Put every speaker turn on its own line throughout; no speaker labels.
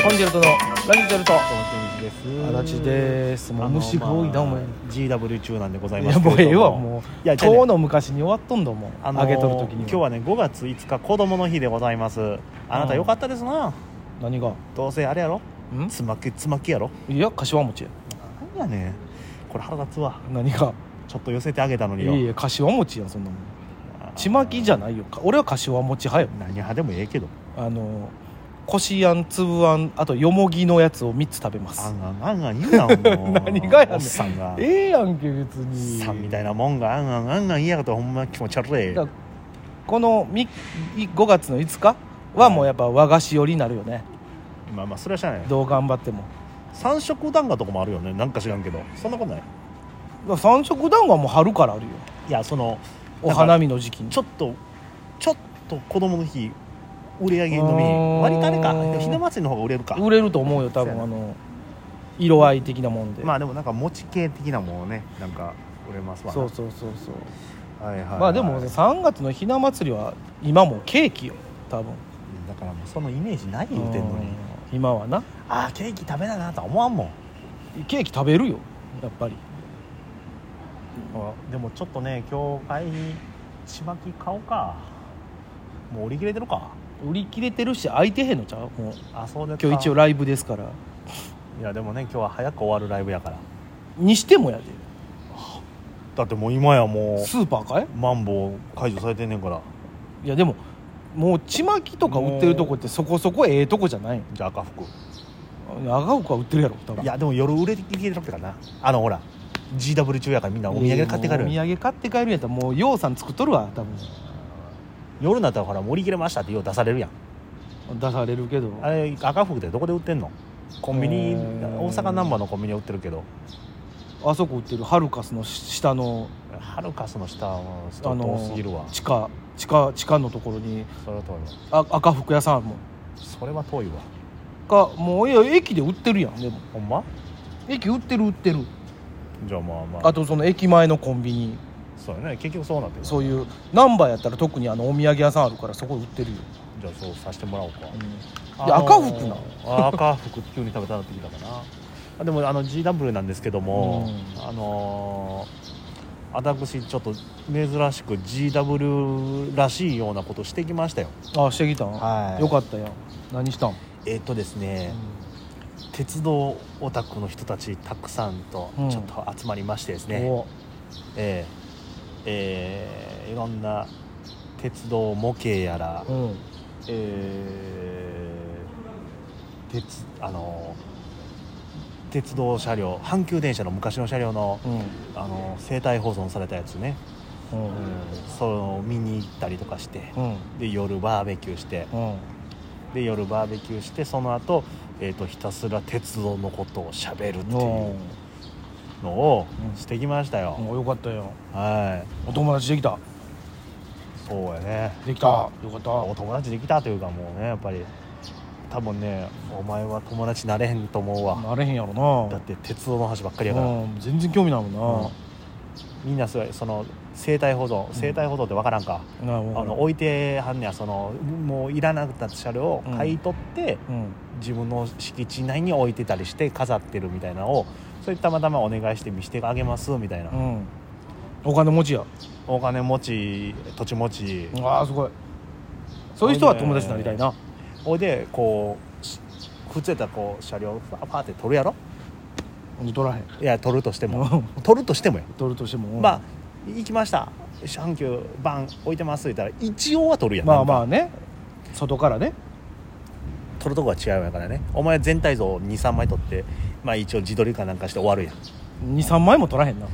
コンジェルトのラジジェルト
足
足立ですもう虫が多いなお前
GW 中なんでござい
い
ま
や
すけ
もう
れ
ええ
ど
わ
も
もう
いやじゃあね
遠の昔に終わっとんども
あ
あ
のー
げとる時に
今日はね5月5日子供の日でございますあなたよかったですな
何が
どうせあれやろ
ん
つまきつまきやろ
いや柏餅や
なんやねんこれ腹立つわ
何が
ちょっと寄せてあげたの
い
に
や
よ
いや柏餅やんそんなもんちまきじゃないよか俺は柏餅派よ
何派でもええけど
あのーこしあんつぶあんあとよもぎのやつを3つ食べま
あ
す
んあんあんあん言うなもう
何がやねん
おっさんが
え
おっ
えやんけ別に
さんみたいなもんがあんあんあんあん言いやがってほんま気持ち悪い
だからこのみ5月の5日はもうやっぱ和菓子寄りになるよね
まあまあそれはしゃあない
どう頑張っても
三色団子とかもあるよねなんか知らんけどそんなことない
三色団子はもう春からあるよ
いやその
お花見の時期に
ちょっとちょっと子供の日売り上げのみ
うーん
割とあれかひな祭りの方が売れるか
売れると思うよ
そ
多
うや
分
な
あの色合い的なもんで、
まあでもなんか餅系的なものねなんか売れますわな
そうそうそうそう、
はいはいはい
まあでも3月のひな祭りは今もうケーキよ多分
だからもうそのイメージない言うてんの
う
に
ん今はな
ああケーキ食べななとは思わんもん
ケーキ食べるよやっぱり
でもちょっとね今日帰りちまき買おうかもう売り切れてるか
売り切れてるし空いてへんのちゃうもう
あそうですか
今日一応ライブですから
いやでもね今日は早く終わるライブやから
にしてもやで
だってもう今やも
スーパーかいう
マンボウ解除されてんねんから
いやでももうちまきとか売ってるとこってそこそこええとこじゃない
じゃあ赤服
の長岡は売ってるやろ多分
いやでも夜売れ切れるからなあのほら GW 中やからみんなお土産で買って帰
い
る
やいやお土産買って帰るんやったらもうようさん作っとるわ多分
夜になったらほら盛り切れましたってよう出されるやん
出されるけど
あれ赤服ってどこで売ってんのコンビニ
うーん
大阪難波のコンビニは売ってるけど
あそこ売ってるハルカスの下の
ハルカスの下はちょっと
あの
遠すぎるわ
地下地下地下のところに
それは遠いわ
あ赤服屋さんあるもん
それは遠いわ
かもういや駅で売ってるやんでも
ほんま
駅売ってる売ってる
じゃあまあまあ
あとその駅前のコンビニ
そうやね結局そうなってる
そういう難波やったら特にあのお土産屋さんあるからそこ売ってるよ、
じゃあそうさせてもらおうか
うんいや赤服な
な赤服急に食べたなってきたかなあでもあの GW なんですけども、
う
あのー私ちょっと珍しく GW らしいようなことしてきましたよ
あしてきたん、
はい
よかったやん何したん、
えっとですね、鉄道オタクの人たちたくさんと
うん
ちょっと集まりましてですね、
お
ええええいろんな鉄道模型やら、
うん
えー鉄あの鉄道車両阪急電車の昔の車両の
うん
あの生体保存されたやつね、
うん
それを見に行ったりとかして
うん
で夜バーベキューして
うん
で夜バーベキューしてその後、えー、とひたすら鉄道のことをしゃべるっていうのを
うん
してきましたよ、
うんよかったよ
はい
お友達できた
そうやね
できたよかった
お友達できたというかもうねやっぱり多分ねお前は友達なれへんと思うわ、
なれへんやろ
だ
な
って鉄道の話ばっかりやから、
うん、全然興味ないも
みんなそれその生体保存生体保存って分からんか、
んな、なる
あの置いてはんねやそのもういらなくなった車両を買い取って、
うん
自分の敷地内に置いてたりして飾ってるみたいなのをそれたまたまお願いして見してあげますみたいな、
うんお金持ちや
お金持ち土地持ち、
ああすごいそういう人は友達になりたいな
ほいでこうし普通やったらこう車両パーパーって取るやろ
うん取らへん
いや取るとしても
うん
取るとしてもよ、
取るとしても、うん
まあ行きました阪急バン置いてますって言ったら一応は取るやん
ま
な
あ
んか
まあね外からね
取るとこが違うんやからねお前全体像を23枚取ってまあ一応自撮りかなんかして終わるやん
23枚も取らへんな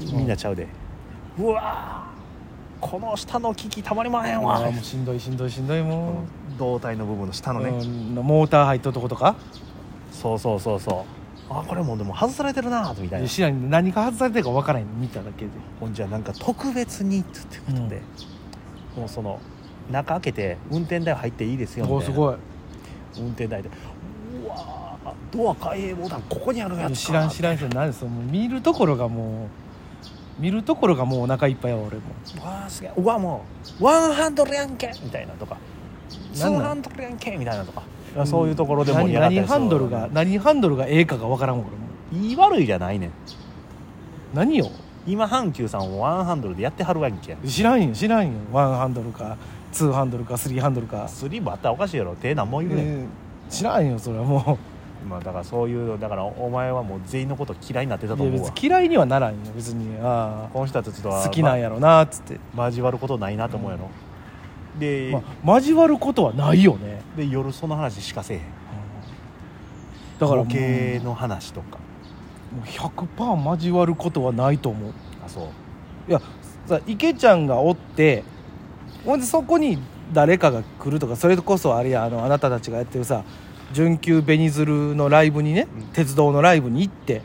みんなちゃうで、うわーこの下の機器たまりまへん
あ
わ
あもうしんどいしんどいしんどいも
胴体の部分の下
う、
のね、
うんモーター入っとるとことか
そうそうそうそうあこれもうでも外されてるなみたいな
知らん何が外されてるか分からへん見ただけで
ほんじゃなんか特別にってことで、もうその中開けて運転台入っていいですよみ
おお
たい
す
な
ごい
運転台でうわードア開閉ボタンここにあるやつか
知らん知らん人なんですよもう見るところがもう見るところがもうお腹いっぱいやわ俺も
わあすげえうわもうワンハンドルやんけみたいなとかツ
なんなん
ーハンドルやんけみたいなとからそういうところで盛り上がった
何
り
何
する
ハンドルが何ハンドルがええかがわからんもん俺も
いい悪いじゃないねん
何よ
今阪急さんをワンハンドルでやってはるわけや
知らんよ知らんよワンハンドルかツーハンドルかスリーハンドルか、
スリーもあったらおかしいやろ手なんも
え
いるねん、
ー知らんよそれはも
まあだからそういうだからお前はもう全員のこと嫌いになってた
う
と
いや
思う
別
わ
に嫌いにはならんよ別にあ
この人たちと
あ
は
好きなんやろなっつって、
ま交わることないなと思うやろ、で,、
まあ、交わることはないよね、
で夜その話しかせえへん
だからもう
模型の話とか
もう100%交わることはないと思う
あそう
いやさ池ちゃんがおってほんでそこに誰かが来るとかそれこそあれやあのあなたたちがやってるさ準急ベニズルのライブにね、
うん
鉄道のライブに行って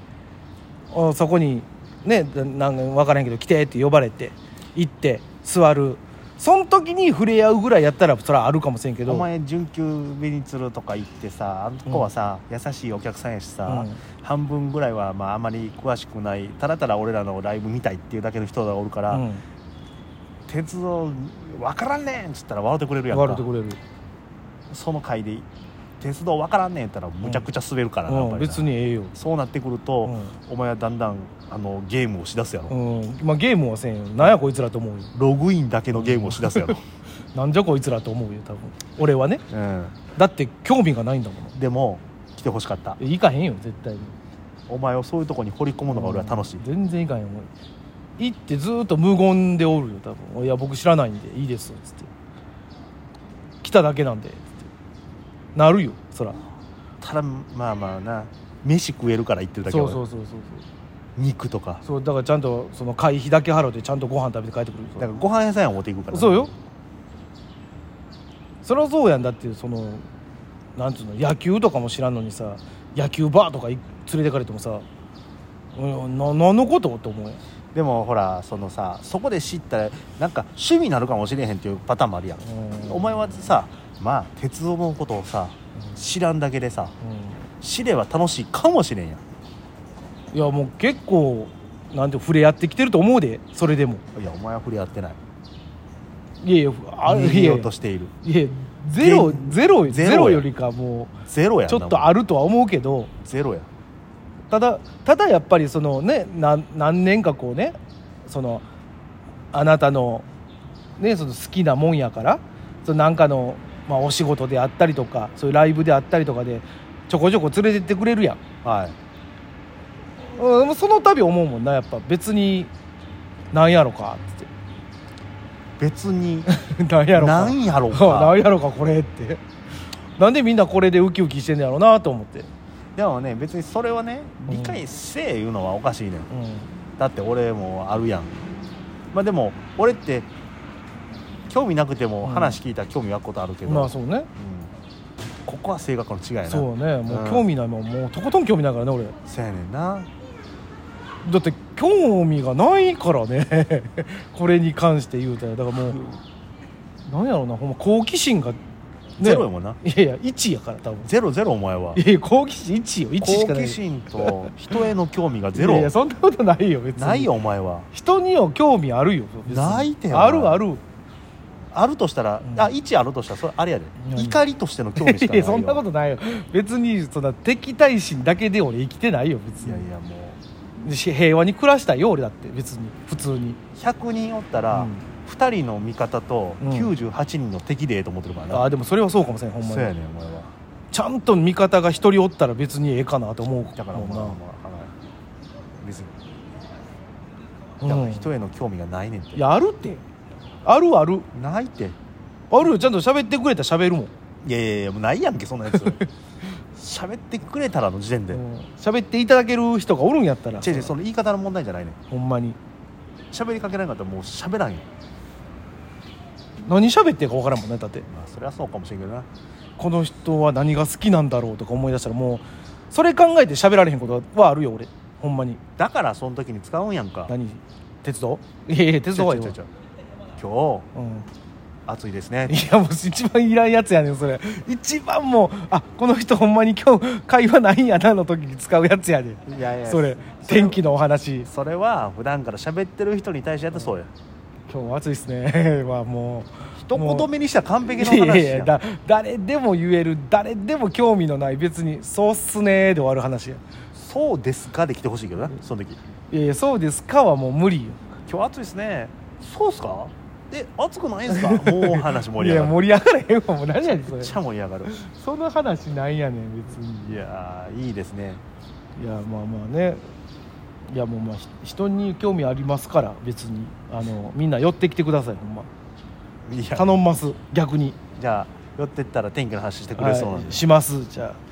あそこにねななんか分からんけど来てって呼ばれて行って座るその時に触れ合うぐらいやったらそれはあるかもしれんけど
お前準急ベニツルとか行ってさあの子はさ、優しいお客さんやしさ、
うん
半分ぐらいはまああまり詳しくないただただ俺らのライブ見たいっていうだけの人がおるから、
うん、
鉄道分からんねんっつったら笑ってくれるやん
笑っ
か
てくれる
その回で鉄道分からんねんって言ったらむちゃくちゃ滑るからな、やっ
う
ぱ
ん、
りな
別にええよ、
そうなってくると、
う
お前はだんだんあのゲームをしだすやろ、
うんまあ、ゲームはせんよなんやこいつらと思うよ
ログインだけのゲームをしだすやろ、
なんじゃこいつらと思うよ多分俺はね
うん
だって興味がないんだもん
でも来てほしかった
行かへんよ絶対に
お前をそういうとこに掘り込むのが俺は楽しい、
全然行かへんよもう行ってずーっと無言でおるよ多分「いや僕知らないんでいいです」っつって「来ただけなんで」っつってなるよそら
ただまあまあな飯食えるから行ってるだけ
そ
よ
うそうそうそうそう
肉とか
そうだからちゃんとその会費だけ払うてちゃんとご飯食べて帰ってくるよそ
だか
ら
らご飯屋さんや思っていくからね、
そうよそりゃそうやんだってそのなんつうの野球とかも知らんのにさ野球バーとかい連れてかれてもさうんな何のことって思うやん
でもほらそのさそこで知ったらなんか趣味になるかもしれへんっていうパターンもあるやん、
うん
お前はさまあ鉄道のことをさ知らんだけでさ知れば楽しいかもしれんやん
いやもう結構なんて触れ合ってきてると思うでそれでも
いやお前は触れ合ってない
いやいやあ
逃
い
げ
や
よ
いう
としている
やゼロ
現
ゼ
ゼロ
ロ
や
ゼロよりかも
ゼロや
うんちょっとあるとは思うけど
ゼロや
ただただやっぱりそのねな何年かこうねそのあなたの,、ね、その好きなもんやからそのなんかの、まあ、お仕事であったりとかそういうライブであったりとかでちょこちょこ連れてってくれるやん
はい
うんでもその度思うもんなやっぱ別になんやろかっつっ
別に
てなん やろか
なんやろう
な
か
んやろかこれってなんでみんなこれでウキウキしてんのやろうなと思って、
でもね別にそれはね
うん
理解せえいうのはおかしいねん
う
だって俺もあるやんまあでも俺って興味なくても
うん
話聞いたら興味湧くことあるけど、
ん、まあそうね
うんここは性格の違いやな
そうねも
うん
う興味ないもんもうとことん興味ないからね俺
そやねんな
だって興味がないからね これに関して言うたらだからもうなんやろうなほんま好奇心が、ね、
ゼロやもんない
やいや1やから多分
ゼロゼロお前はい
やいや好奇心1よ1し
好
かない
奇心と人への興味がゼロ
いやいやそんなことないよ別に
ないよお前は
人には興味あるよ別に
ないてよ
あるある
あるとしたら、
うん
あ1あるとしたらそれあれやで
何
怒りとしての興味しかない
い
よ
やそんなことないよ別にそんな敵対心だけで俺生きてないよ別
いや
に
いやもう
し平和に暮らしたいよ俺だって別に普通に
100人おったら、
うん
2人の味方と
うん
98人の敵でええと思ってるからな、
ああでもそれはそうかもしれんほん
そう
ま
や
に
ねんお前は
ちゃんと味方が一人おったら別にええかなと思う
だからお
もん
前は
な
もうあの別に
う
だから
ん
人への興味がないねんて
いやあるってあるある
ないって
あるよちゃんと喋ってくれたら喋るもん
いやいやいやもうないやんけそんなや つ喋ってくれたらの時点で
うん喋っていただける人がおるんやったら
違う違うその言い方の問題じゃないねん
ほんまに
喋りかけられなかったらもう喋らんよ
何喋ってるか分からんもんねだって
まあそりゃそうかもしれんけどな
この人は何が好きなんだろうとか思い出したらもうそれ考えて喋られへんことはあるよ俺ほんまに
だからその時に使うんやんか
何 鉄道いやいや鉄道は
違
よ
う違う違う違う今
うん
日暑いですね
いやもう一番いらんやつやねんそれ一番もうあこの人ほんまに今日会話ないんやなの時に使うやつやねん
いやいや
それ天気のお話
それは普段から喋ってる人に対してやったらそうや
今日も暑いっすね はもう
一言目にしたら完璧
い
な
やいや
話
い
や
や
ん
だ誰でも言える誰でも興味のない別に「そうっすね」で終わる話や
そうですかで来てほしいけどなその時
いやいやそうですかはもう無理よ
今日暑いですねそうっすかえ暑くないんす かもう話盛り
い
上
や
がる
盛り上がらへんわもう何やねんそ
め
れ
っちゃ盛り上がる
その話なんやねん別に
いやーいいですね
いやまあまあねいやもうまあひ人に興味ありますから別にあのみんな寄ってきてくださいほんま
いや
頼んます逆に
じゃあ寄ってったら天気の話してくれそうなんで、
はいしますじゃあ